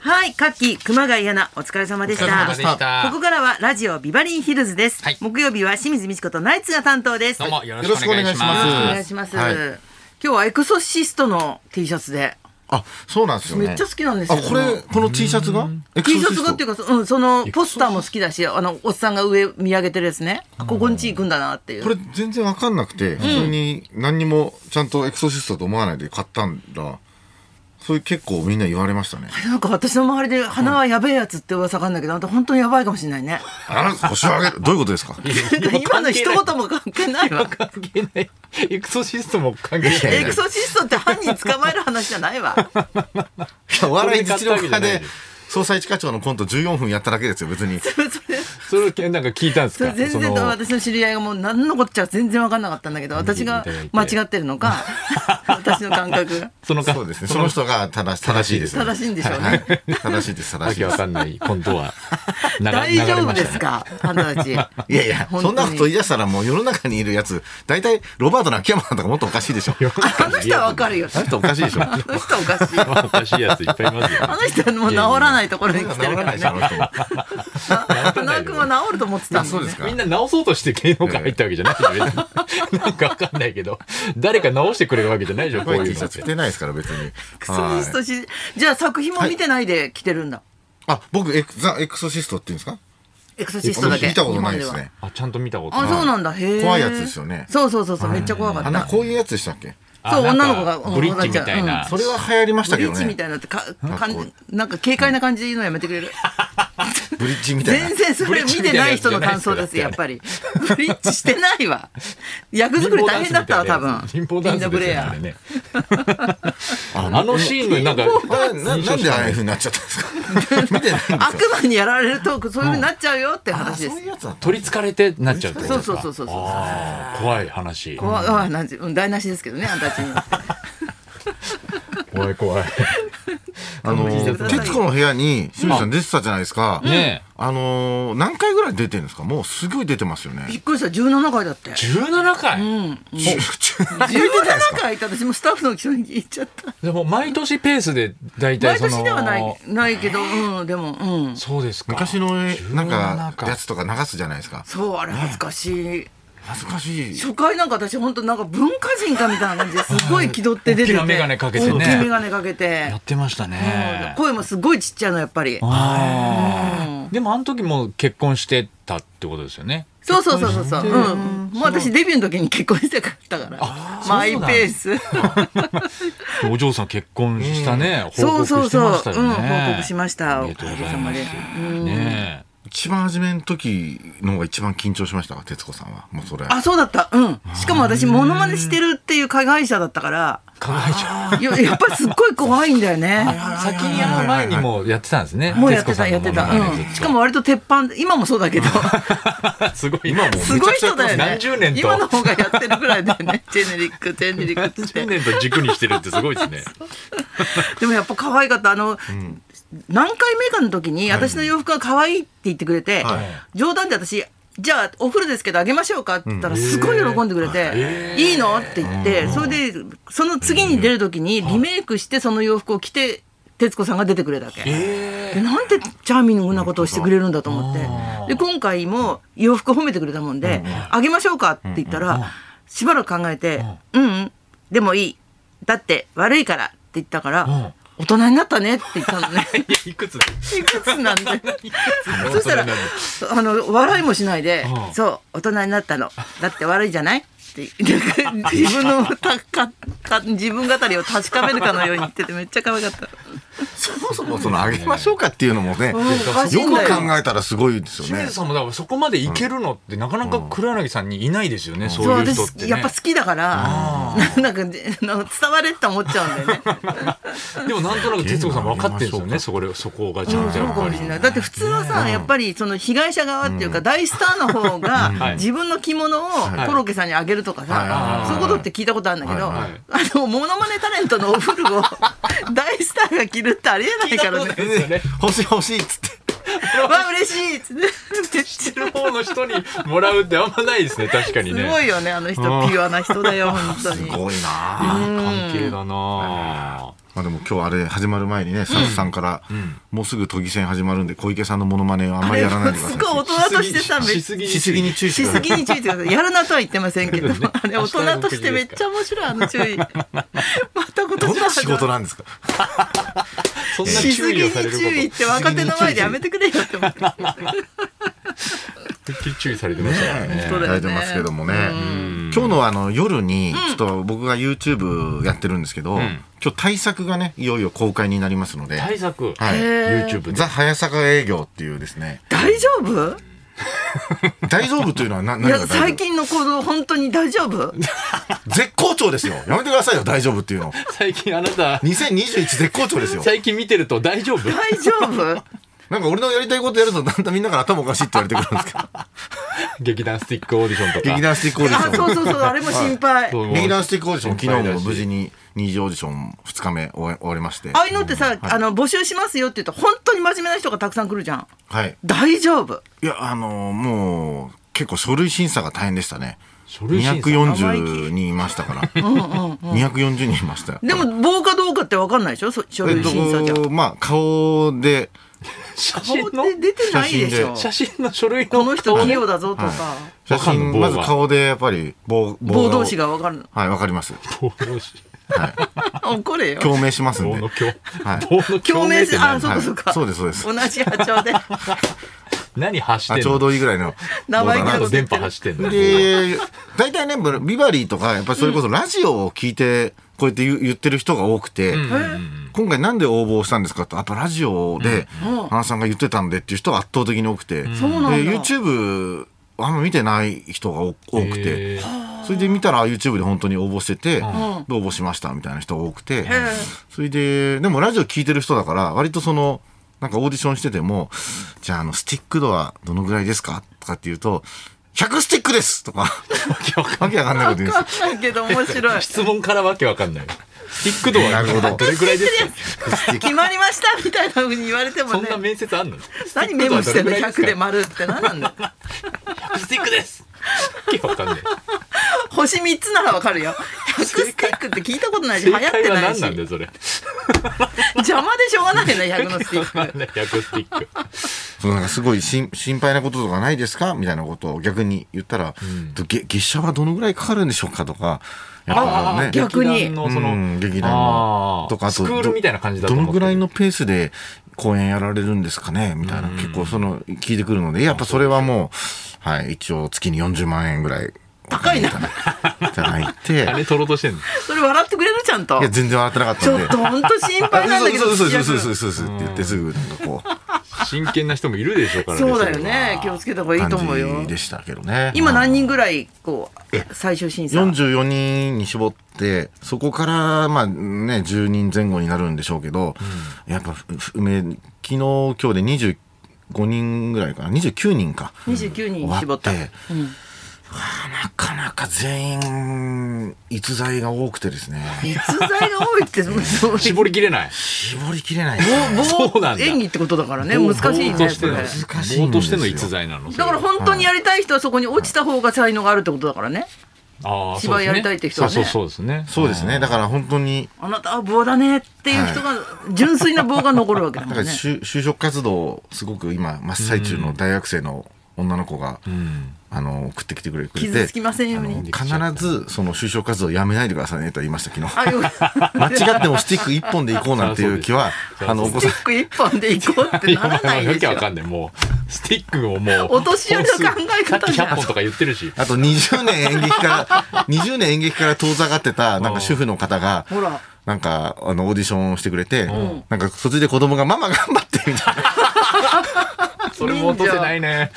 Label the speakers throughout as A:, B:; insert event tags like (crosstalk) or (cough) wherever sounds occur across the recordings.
A: はい、カッキー、熊谷アナ、お疲れ様でし
B: お疲れ様
A: た。
B: でした
A: ここからはラジオビバリンヒルズです。
B: はい
A: 木曜日は清水美智子とナイツが担当です。
B: どう
A: よ
B: もよろしくお願い
A: ろ
B: し
A: しくお
B: ま
A: 願
B: す。
A: いします。
C: はい
A: 今日はエクソシストの T シャツで、
C: あ、そうなんですよね。
A: めっちゃ好きなんですよ。
C: あ、これ、この T シャツが
A: T シャツがって
C: て
A: いうか、そうん、そのポスターも好きだし、あの、おっさんが上見上げてるやつね。あここんち行くんだなっていう。
C: これ全然わかんなくて、普通に何にもちゃんとエクソシストと思わないで買ったんだ。それ結構みんな言われ
A: (laughs)
C: ましたね。
A: なんか私の周りで鼻はやべえやつって噂があるんだけど、あんた本当にやばいかもしれない
B: (laughs)
A: ね。
C: あら、腰を上げる。どういうことですか
A: 今の一言も関係ないわ。
B: 関係ない。エクソシストも関係ない。
A: エクソシストって犯人捕まえる話じゃないわ。
C: お笑い実力
B: これで買ったわけじゃ
C: 派
B: ない
C: で、総裁一課長のコント14分やっただけですよ、別に。
A: それそれ
B: それをなんか聞いたんです
A: それ
B: か。
A: 全然
B: その
A: 私の知り合いがもう何のこっちゃ全然分かんなかったんだけど私が間違ってるの
C: (laughs)
A: か私の感覚が
B: そのか
C: そうですね。その人が正し正しいですね。
A: 正しいんでしょうね
C: はいはい正しいです、正
B: わ
C: しい
B: け
C: で
B: わ
C: す。
B: かんない今度は流れ
A: 大丈夫で
B: 流れまし
A: す
B: たね
A: かあんたたちい
C: いやいや、そんなこと言い出したらもう世の中にいるやつ、大体ロバートの秋山さんとかもっとおかしいでしょ。
A: あの人は分かるよ
C: あの人おかしいでしょ。
A: あの人おかしい
B: まあおかしいやついっぱいいますよ
A: あ
B: ね。
A: の人はもう治らないところに
C: 治
A: 来てる
C: ら
A: か
C: ない
A: ら
C: で
A: ね
C: しょ、あの人も。
A: 花輪君は治ると思ってた
C: あ
A: ん
C: そうですすか
B: みんな直そうとして芸能界入ったわけじゃないでしょ別に。なんかわかんないけど、誰か直してくれるわけじゃないでしょ、
C: こ
B: こう
C: う
B: い
C: いうう
B: の
C: T シャ
B: っ
C: ツ
B: て
C: 着。てないですから別に。
A: クソシス
C: はい
A: トしじゃあ作品も見てないで来てるんだ
C: あ、僕エクザエクソシストっていうんですか。
A: エクソシストだけ
C: 見たことないです
A: 日本では
C: ね。
B: あ、ちゃんと見たこと
A: あそう
B: の
A: なんだへえ
C: 怖いやつですよね
A: そうそうそうそうめっちゃ怖か
C: あ
A: っ
C: んな
A: た
C: こういうやつでしたっけ。
A: そう女の子がうん
B: ブリッジみたいな。
C: それは流行りまし
A: ブ
C: たけ
A: リ
C: ど
A: ーチみ
C: ね
A: た。いなってかか
C: かっこい
A: んなんか軽快な感じで言うのやめてくれる
C: ブリッジみたいな
A: 全。然それ見てない人の感想ですやっぱりブリッジしてないわ役作り大変だったわ多分
B: 貧乏ダンス
A: ブ
B: です
A: レ
B: よねあ
A: ア
B: れね。あのシーンのなんか、
C: あななんでああいう風になっちゃったんですか。見てないんですよ。
A: (laughs) 悪魔にやられるとそういう風になっちゃうよって話で
C: そう
A: す
C: いうやつだった。
B: 取り憑かれてなっちゃうってことです
A: そ
B: か
A: うそうそうそうそう
B: あー怖い話。
A: 怖いあなんてうん台無しですけどねあんたたちに
B: 怖い怖い。
C: あの徹子の部屋に清水さん出てたじゃないですか。
B: ねえ
C: あのー何回ぐらい出てるんですか。もうすごい出てますよね。
A: (laughs)
C: (laughs)
A: びっくりした17回だって
B: 17回、
C: 17
A: 17回いた私もスタッフの人に聞いちゃ (laughs) った
B: でも毎年ペースで大体
A: 毎
B: その
A: 年ではないないけどうんでもうん
B: そうですか
C: 昔のなん
A: (laughs)
C: か
B: 17か
C: やつとか流すじゃないですか。
A: そうあれ恥ずかしい
C: 恥ずかしい。
A: 初回なんか私本当なんか文化人かみたいな感じですごい気取って出てて
B: 大きな眼鏡かけてね
A: 大きい眼鏡かけて
B: やってました
A: う
B: ね
A: ん声もすごいちっちゃいのやっぱり
B: あーでもあの時も結婚してたってことですよね
A: そうそうそうそうそううんもう私デビューの時に結婚してたからマイペー
B: (laughs)
A: ス
B: お嬢さん結婚したね、
A: そ
B: 報
A: う
B: 告
A: そう
B: して
A: そう
B: ま
A: うん
B: したよね
A: 報告しました
B: あ
A: お
B: りがとう
A: か
B: ご
A: げ
B: ざい
A: さま
B: ます
A: で
B: ね
C: 一番初めの時の方が一番緊張しましたわ徹子さんはもうそれ
A: あそうだったうんしかも私モノマネしてるっていう加害者だったから
B: えかわいい
A: ややっぱりすっごい怖いんだよね
B: 先にやる前にもやってたんですね
A: もうやってた
B: 徹
A: やっ
B: 子
A: て
B: さ
A: た、
B: んのものま
A: う
B: ね
A: ん、しかも割と鉄板今もそうだけ
B: (laughs)
A: ど
B: すごい今も
A: すごい人だよね
B: 何十年と
A: 今の方がやってるぐらいだよねジェネリックジェネリックっつって
B: 10年と軸にしてるってすごい (laughs) ですね
A: (laughs) でもやっぱ可愛かったあの、何回目かの時に私の洋服が可愛いって言ってくれて、
C: はい
A: 冗談で私じゃあお風呂ですけどあげましょうかって言ったらすごい喜んでくれて「いいの?」って言ってそれでその次に出る時にリメイクしてその洋服を着て徹子さんが出てくれたわけ。でなんてチャーミングなことをしてくれるんだと思ってで今回も洋服褒めてくれたもんで「あげましょうか」って言ったらしばらく考えて「うんうんでもいいだって悪いから」って言ったから「大人になったね」って言ったの (laughs) ね。
B: いやいくつ
A: いくつなんでそしたらあの笑いもしないで「
B: うん
A: そう大人になったのだって悪いじゃない?」ってなんか自分 (laughs) のたかか自分語りを確かめるかのように言っててめっちゃ可愛かった。
C: そもそもそのあげましょうかっていうのもねよ
A: おかしいん
C: く
A: だよ
C: 考えたらすごいですよ
B: 清
C: ね
B: 水さんもだからそこまでいけるのってなかなか黒柳さんにいないですよね、
A: そ
B: そ
A: う
B: うい
A: 私
B: う人って、ね、
A: やっぱ好きだからなんかであの伝われって思っちゃうんだよね。
B: でもなんとなく徹子さん分かってるんですよねそこそこがちゃんと
A: そう
B: やっ
A: か
B: ぱ
A: も
B: り
A: しれないだって普通はさ、やっぱりその被害者側っていうか、大スターの方が
B: い
A: 自分の着物をコロッケさんにあげるとか
C: はいはい
A: さ、
B: はい
A: そういうことって聞いたことあるんだけど、
C: はい
B: はい
A: あのモノマネタレントのお古を大スターが着るってありえないからね。
B: ですよね
C: (laughs) 欲しい欲しいっつって
A: わ嬉しいっつって
B: 知ってる方の人にもらうってあんまないですね確かに
A: す
B: ね
A: ごいよねあの人ピュアな人だよ本当
C: す
A: に。
C: ごいなあ
B: 関係だなあ
C: まあでも今日あれ始まる前にね、スタッフさんから、もうすぐ都議選始まるんで、小池さんのモノマネはあんまりやらないでくださ
A: す
C: いっ
A: ごい大
C: て。
A: 人としてさめっ
B: し
A: ち
B: すぎ
C: しすぎに注意して
A: し
C: くださ
A: す
C: い
A: ぎに注意してくださいやるなとは言ってませんけどあれ大人としてめっちゃ面白いあの注意また今
C: ど
A: 年
C: ん
A: の
C: な仕事なんですか
B: そんな
A: しす
B: 注
A: ぎ
B: 意を
A: に
B: される
A: 注意っ
B: こ
A: て若手の前でやめてくれよって思って
B: と。てっきり注意されてましたからね
A: 本。当だよね
C: やれてますけどもね
B: ん。
C: 今日のあの夜に、ちょっと僕が YouTube やってるんですけど、今日対策がね、いよいよ公開になりますので、
B: 対策。
C: はい
A: へー、
B: YouTube で。
C: ザ・早坂営業っていうですね
A: 大丈夫
C: 大丈夫というの
A: (laughs)
C: はな何
A: い
C: が
A: や
C: 大丈
A: 最
C: 夫
A: 近の行動本当に大丈夫
C: 絶好調ですよ。やめてくださいよ、大丈夫っていうの。
B: 最近あなた、
C: 2021絶好調ですよ。
B: 最近見てると大丈夫
A: 大丈夫
C: なんか俺のやりたいことやると、だんだんみんなから頭おかしいって言われてくるんです
A: (laughs)
C: けど。
B: 劇団スティックオーディションとか。
C: 劇団スティックオーディシ
A: あ
C: ョン。
A: そうそうそうあれも心配
B: そう
C: 劇団スティックオーディション、昨日も
B: 心配だし
C: 無事に二次オーディション2日目終え終わりまして。
A: ああいうのってさ、あの募集しますよって言うと本当に真面目な人がたくさん来るじゃん
C: はい。
A: 大丈夫
C: いや、あのーもう、結構書類審査が大変でしたね。
B: 書類審査
C: 240人いましたから。240人いましたよ。
A: でも棒かどうかって分かんないでしょそ書
C: え
A: 類審査じゃ
C: っと、まあ、顔で、
B: 写真
A: 顔って
B: の、
A: 出てないでしょ
B: 写真の書類の。
A: この人器用だぞとか、
C: 写
B: わかん
C: 真、
B: の
C: まず顔で、やっぱり棒、
A: 棒同士
C: が。
A: が分かる
C: はい、わかります。
B: 棒同士
A: の怒れよ
C: 共鳴しますん
B: 棒
C: で
B: の。
C: (laughs)
B: 共、
C: はい
B: 棒の
A: 共
B: 共
A: 鳴
B: 鳴
A: す
B: す
A: るあそうか
C: はい
A: そうか、
C: そうですそうです
A: 同じ波長で
B: 何発して
C: あ
B: ん
C: ちょう
B: の
C: どいいぐらいの。
A: 生意気
B: あ
A: なことと言っ
B: 電
A: て
B: 波
A: る
B: 発してんの
C: で、大体ね、ブビバリーとか、やっぱりそれこそラジオを聞いて、こうやって言う言ってる人が多くて、今回なんで応募したんですかと、やっぱラジオで、花さんが言ってたんでっていう人が圧倒的に多くて、で
A: そうなんだ
C: YouTube、あんま見てない人が多多くて
B: へ、
C: それで見たら YouTube で本当に応募してて、で応募しましたみたいな人が多くて、それで、でもラジオ聞いてる人だから、割とその、なんかオーディションしてても、じゃああの、スティック度はどのぐらいですかとかっていうと、100スティックですとか、わけわかんないこと言うんです
A: 分かんないけど面白い
B: 質問からわけわかんない。スティック度
C: なるほ
B: は
C: ど
B: どれくら
A: (laughs)
B: いですか
A: 決まりましたみたいなふうに言われても
B: そん
A: ね
B: な面接あんの
A: (laughs) 何メモしてんの
B: スティック度はどれく
A: 100
B: らいすか
A: で丸って何なんだよ
B: スティックですわけわかんない。
A: 星3つなら分かるよ100スティックって聞いたことないし流
B: 正
A: 行って
B: 解は
A: ない
B: 何
A: し
B: なんだよ、それ。
A: 邪魔でしょうがないね100のスティック
B: なんだよ100スティック。
C: そうなんかすごい心心配なこととかないですかみたいなことを逆に言ったら、げ月謝はどのぐらいかかるんでしょうかとか、やっぱね、
A: 逆に
B: 劇団のその、
C: うん劇団
B: あ
C: の
B: ー
C: とかあと
B: スクールみたいな感じだと
C: どど
B: 思
C: の
B: って
C: ぐらいのペースで公演やられるんですかねみたいな結構その聞いてくるのでやっぱそれはもう、はい、一応月に40万円ぐらい
A: 高いな
C: じゃないて
B: 金取ろうとしてんの。
A: それ笑ってくれるちゃんと
C: いや全然笑ってなかっ
A: ち
C: たん
A: ょ
C: で
A: っと本当心配なんだけど
C: そうそうそ
A: 土
C: うそう
A: 屋
C: そうそうって言ってすぐなんかこう
B: 真剣な人もいるでしょうから
A: 君そうだよね気
B: 今
A: を
B: 日
A: つけた方がいいと思うよ
C: 感じでしたけどね
A: 今何人ぐらいこう最終審査
C: 44人に絞ってそこからまあね10人前後になるんでしょうけど、やっぱふふめ昨日今日で25人ぐらいかな29人か
A: 29人
C: 終
A: に絞
C: わ
A: っ
C: ったて、
A: う
C: わあなかなか全員逸材が多くてですね
A: 逸材が多いってそう
B: 絞りきれない。
C: 絞りきれない
B: そうなんだ
A: 演技ってことだからね難しいね
B: ぼーっとして
A: こ
B: の
A: れ
C: 難しいんですよ
B: ぼーっとしての逸材なの。そ
A: だ
B: れ
A: から本当にやりたい人はそこに落ちた方が才能があるってことだからね
B: あー
A: 芝居やりたいって人はね
B: そうそうそうですね。
C: そうですねだから本当に
A: あなたは棒だねっていう人が純粋な棒が残るわけだ
C: だ
A: も
C: か
A: ん
C: ら
A: ね
C: 就就職活動をすごく今真っ最中の大学生の女の子が、あの送ってきてくれて
A: 傷つきませんように
C: あの必ずその就職活動をやめないでくださいねと言いました昨日
A: あよかった
C: 間違ってもスティック1本でいこうなんていう気は
B: そうそう
C: あのお
A: ス
C: 子
A: ティ
C: さん
A: ック一本で行こうって
B: い
A: ならない
B: や
A: で
B: わ
A: し
B: け
A: ょ
B: わかんない。もう、スティックをも
A: (laughs)
B: う、
A: お年寄りの考え方じゃん
B: さっき100本とか言ってるし。
C: あと20年演劇から20年演劇から遠ざかってたなんか主婦の方が
A: ほら
C: なんかあのオーディションをしてくれてなんか途中で子供が「ママ頑張って」みたいな
B: それも落とせないね。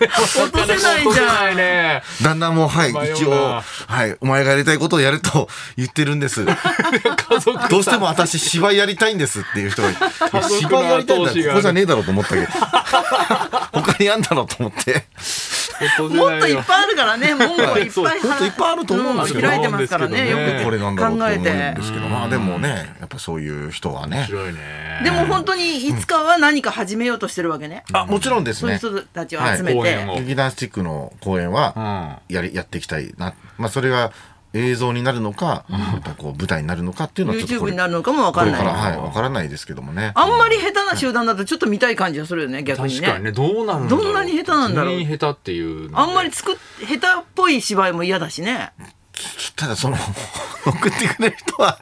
A: 落とせない
B: 落
A: じ
B: とせ
A: ゃん
B: ないね。
C: だんだんもうはい
B: 迷うな
C: 一応はいお前がやりたいことをやると言ってるんです。
B: 家族
C: どうしても私芝居やりたいんですっていう人がいて
B: 家族の
C: 芝居やりたいんだ
B: 後押しがある
C: ここじゃねえだろうと思ったけど他にあんだろうと思って
B: 落
A: もっ
B: とせ
A: と
B: ない
A: いっ
B: よ。
A: ぱいあるからね門戸いっぱい
C: もっといっぱいあると思うんですけど
A: 開いてますからねよ
B: ええ
C: これなん
A: く
C: だろうと
A: 考
C: 思う
A: え
C: んで
A: て
C: すけどまあでもねやっぱそういう人はね
B: 面白いね。
A: でも本当にいつかは何か始めようとしてるわけね
C: あもちろんです
A: そういう
C: ね
A: 人たちを集め
B: はい応
A: て
B: 援を
C: 劇団スティックの公演はやりやっていきたいなまあそれが映像になるのか、やっぱこう舞台になるのかっていうのはちょっと
A: YouTube
C: これ
A: になるのかもわ
C: こ
A: かん
C: れ
A: な
C: か
A: い
C: ら、はい、わからないですけどもね。
A: あんまり下手な集団だとちょっと見たい感じがするよね逆に
B: 確かに
A: ね
B: ねどうなるんだろう
A: どんなに下手なんだろう
B: 全員下手っていうので
A: あんまり作っ下手っぽい芝居も嫌だし
C: (laughs)
A: ね
C: ただその (laughs) 送ってくれる人は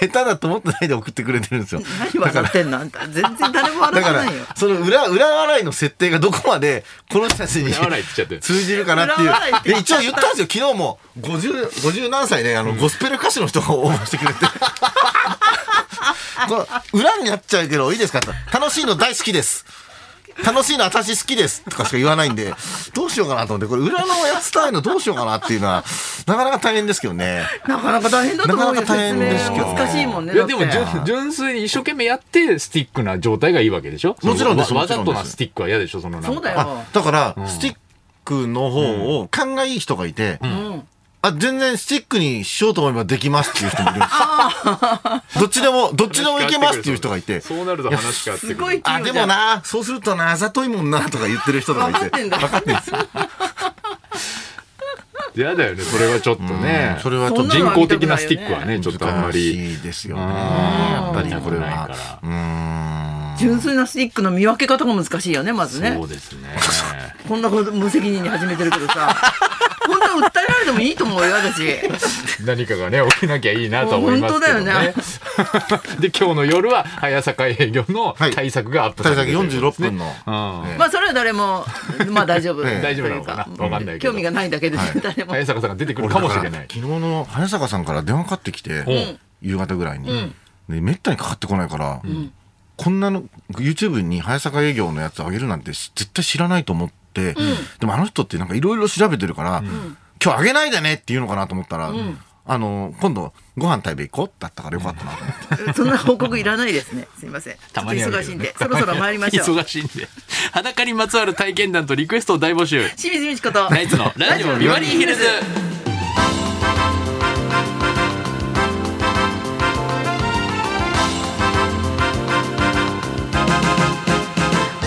C: 下手だと思ってないで送ってくれてるんですよ。
A: 何笑ってんのあんた全然誰も
C: だ
A: 笑
C: か
A: わ
C: ら
A: ないよ
C: その裏裏笑いの設定がどこまでこの人たちに
B: 裏笑いって言っちゃってる
C: 通じるかなって
A: 裏笑いっ
C: い
A: て言
C: う。で
A: っ
C: 一応言ったんですよ昨日も50 50何歳であのゴスペル歌手の人 (laughs) が応募してくれて。こう裏になっちゃうけどいいですかって楽しいの大好きです。楽しいの私好きですとかしか言わないんで、どうしようかなと思って、これ裏のやつたいのどうしようかなっていうのは、なかなか大変ですけどね。
A: なかなか大変だと思うよ
C: なかなか大変ですけ
A: 説
C: ど
A: 明難しいもんね
B: いやで
A: だ
B: も
A: って
B: 純純粋に一生懸命やってスティックな状態がいいわけでしょ
C: もちろんです
B: わ
C: も
B: わ
C: ちろ
B: ざ
C: んです
B: となスティックは嫌でしょそのなんか
A: そうだよ
C: あだから、スティックの方を勘がいい人がいて、あ全然スティックにしようと思えばできますっていう人もい
A: (laughs)
C: るんですよどっちでもどっちでもいけますっていう人がいて
B: そうなると話があってくる
A: すごい
C: あ
A: 器
C: で
A: 用じゃ
C: も
A: ん
C: なそうするとなあざといもんなとか言ってる人とかい
A: 分
C: て
A: かってんだ
B: 嫌だよねそれはちょっとね
C: うんそれはちょっと
A: そん
B: 人工的なスティックはねちょっとあんま
C: 難
B: り
C: しいですよね
B: うん
C: やっぱりこれ
B: ないか
C: は
B: ら
C: うーん
A: 純粋なスティックの見分け方が難しいよねまずね
B: そうですね
A: こんなこと無責任に始めてるけど
C: (laughs)
A: さ本当は訴えられてもいいと思うよ私
B: 何かがね起きなきゃいいなと思いますけどね
A: 本
B: で今日の夜は早坂営業の
C: はい
B: 対策がアップ
C: 大
B: され
C: 体
B: てるという
C: 46
B: ことですね
C: 分の
B: うん
A: まあそれは誰もまあ大丈夫
C: (laughs) ええ
B: 大丈夫なのかな
A: という
B: わかんないけど
A: 興味がないだけで誰も
B: 早坂さんが出てくる
C: 俺
B: か
C: だ
B: も
C: から
B: しれない
C: 昨日の早坂さんから電話かかってきて、
B: ん
C: 夕方ぐらいに、でめったにかかってこないから、こんなの YouTube に早坂営業のやつ上げるなんてし絶対知らないと思って、でもあの人ってなんかいろいろ調べてるから、今日上げないでねって言うのかなと思ったら、あの今度ご飯食べ行こうだったからよかったなと思って、
A: そんな報告いらないです
B: (laughs)
A: ねすいませんちょ
B: た
A: っ
B: ま
A: と
B: にある
A: 忙
B: け
A: し
B: ど
A: いん
B: ね
A: でそろそろ参りましょう
B: 忙しいんで裸にまつわる体験談とリクエストを大募集
A: 清水美智子と
B: ナイツのラジオビバリーヒルズ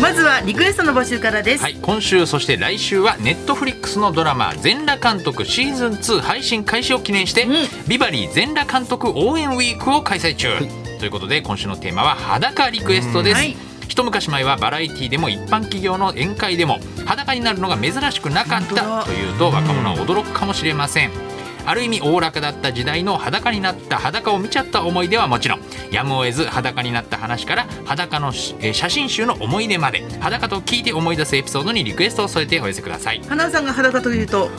A: まずはリクエストの募集からです、
B: はい今週そして来週はネットフリックスのドラマ「全裸監督シーズン2配信開始を記念して、ビバリー全裸監督応援ウィークを開催中、ということで今週のテーマは「裸リクエスト」です、
A: うんはい
B: 一昔前はバラエティでも一般企業の宴会でも裸になるのが珍しくなかっ
A: 本当だ
B: たというと若者は驚くかもしれませんある意味おおらかだった時代の裸になった裸を見ちゃった思い出はもちろんやむを得ず裸になった話から裸のしえー写真集の思い出まで裸と聞いて思い出すエピソードにリクエストを添えてお寄せください
A: 花さんが裸というと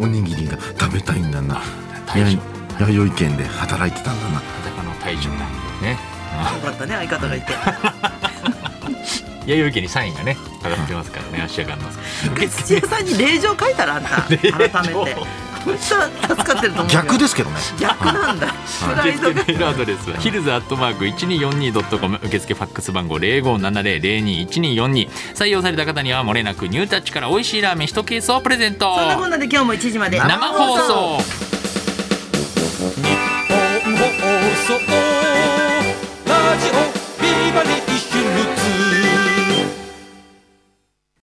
C: おにぎりが食べたいんだな
B: 大
C: や
B: 将
C: 弥生県で働いてたんだな
B: 裸の大将だね
A: よかったね相方がいて
B: (laughs) 弥生家にサインがね上がってますからね足上がります受付
A: 土屋さんに令状書いたらあんた改
B: 令状
A: めて本当は助かってると思うよ
C: 逆ですけどね
A: 逆なんだプライ
B: 受
A: ド
B: 付
A: が
B: メールアドレスはヒルズアットマーク 1242.com 受付ファックス番号0570-021242採用された方にはもれなくニュータッチから美味しいラーメン1ケースをプレゼント
A: そんなこんなで今日も1時まで
B: 生放送
D: 放送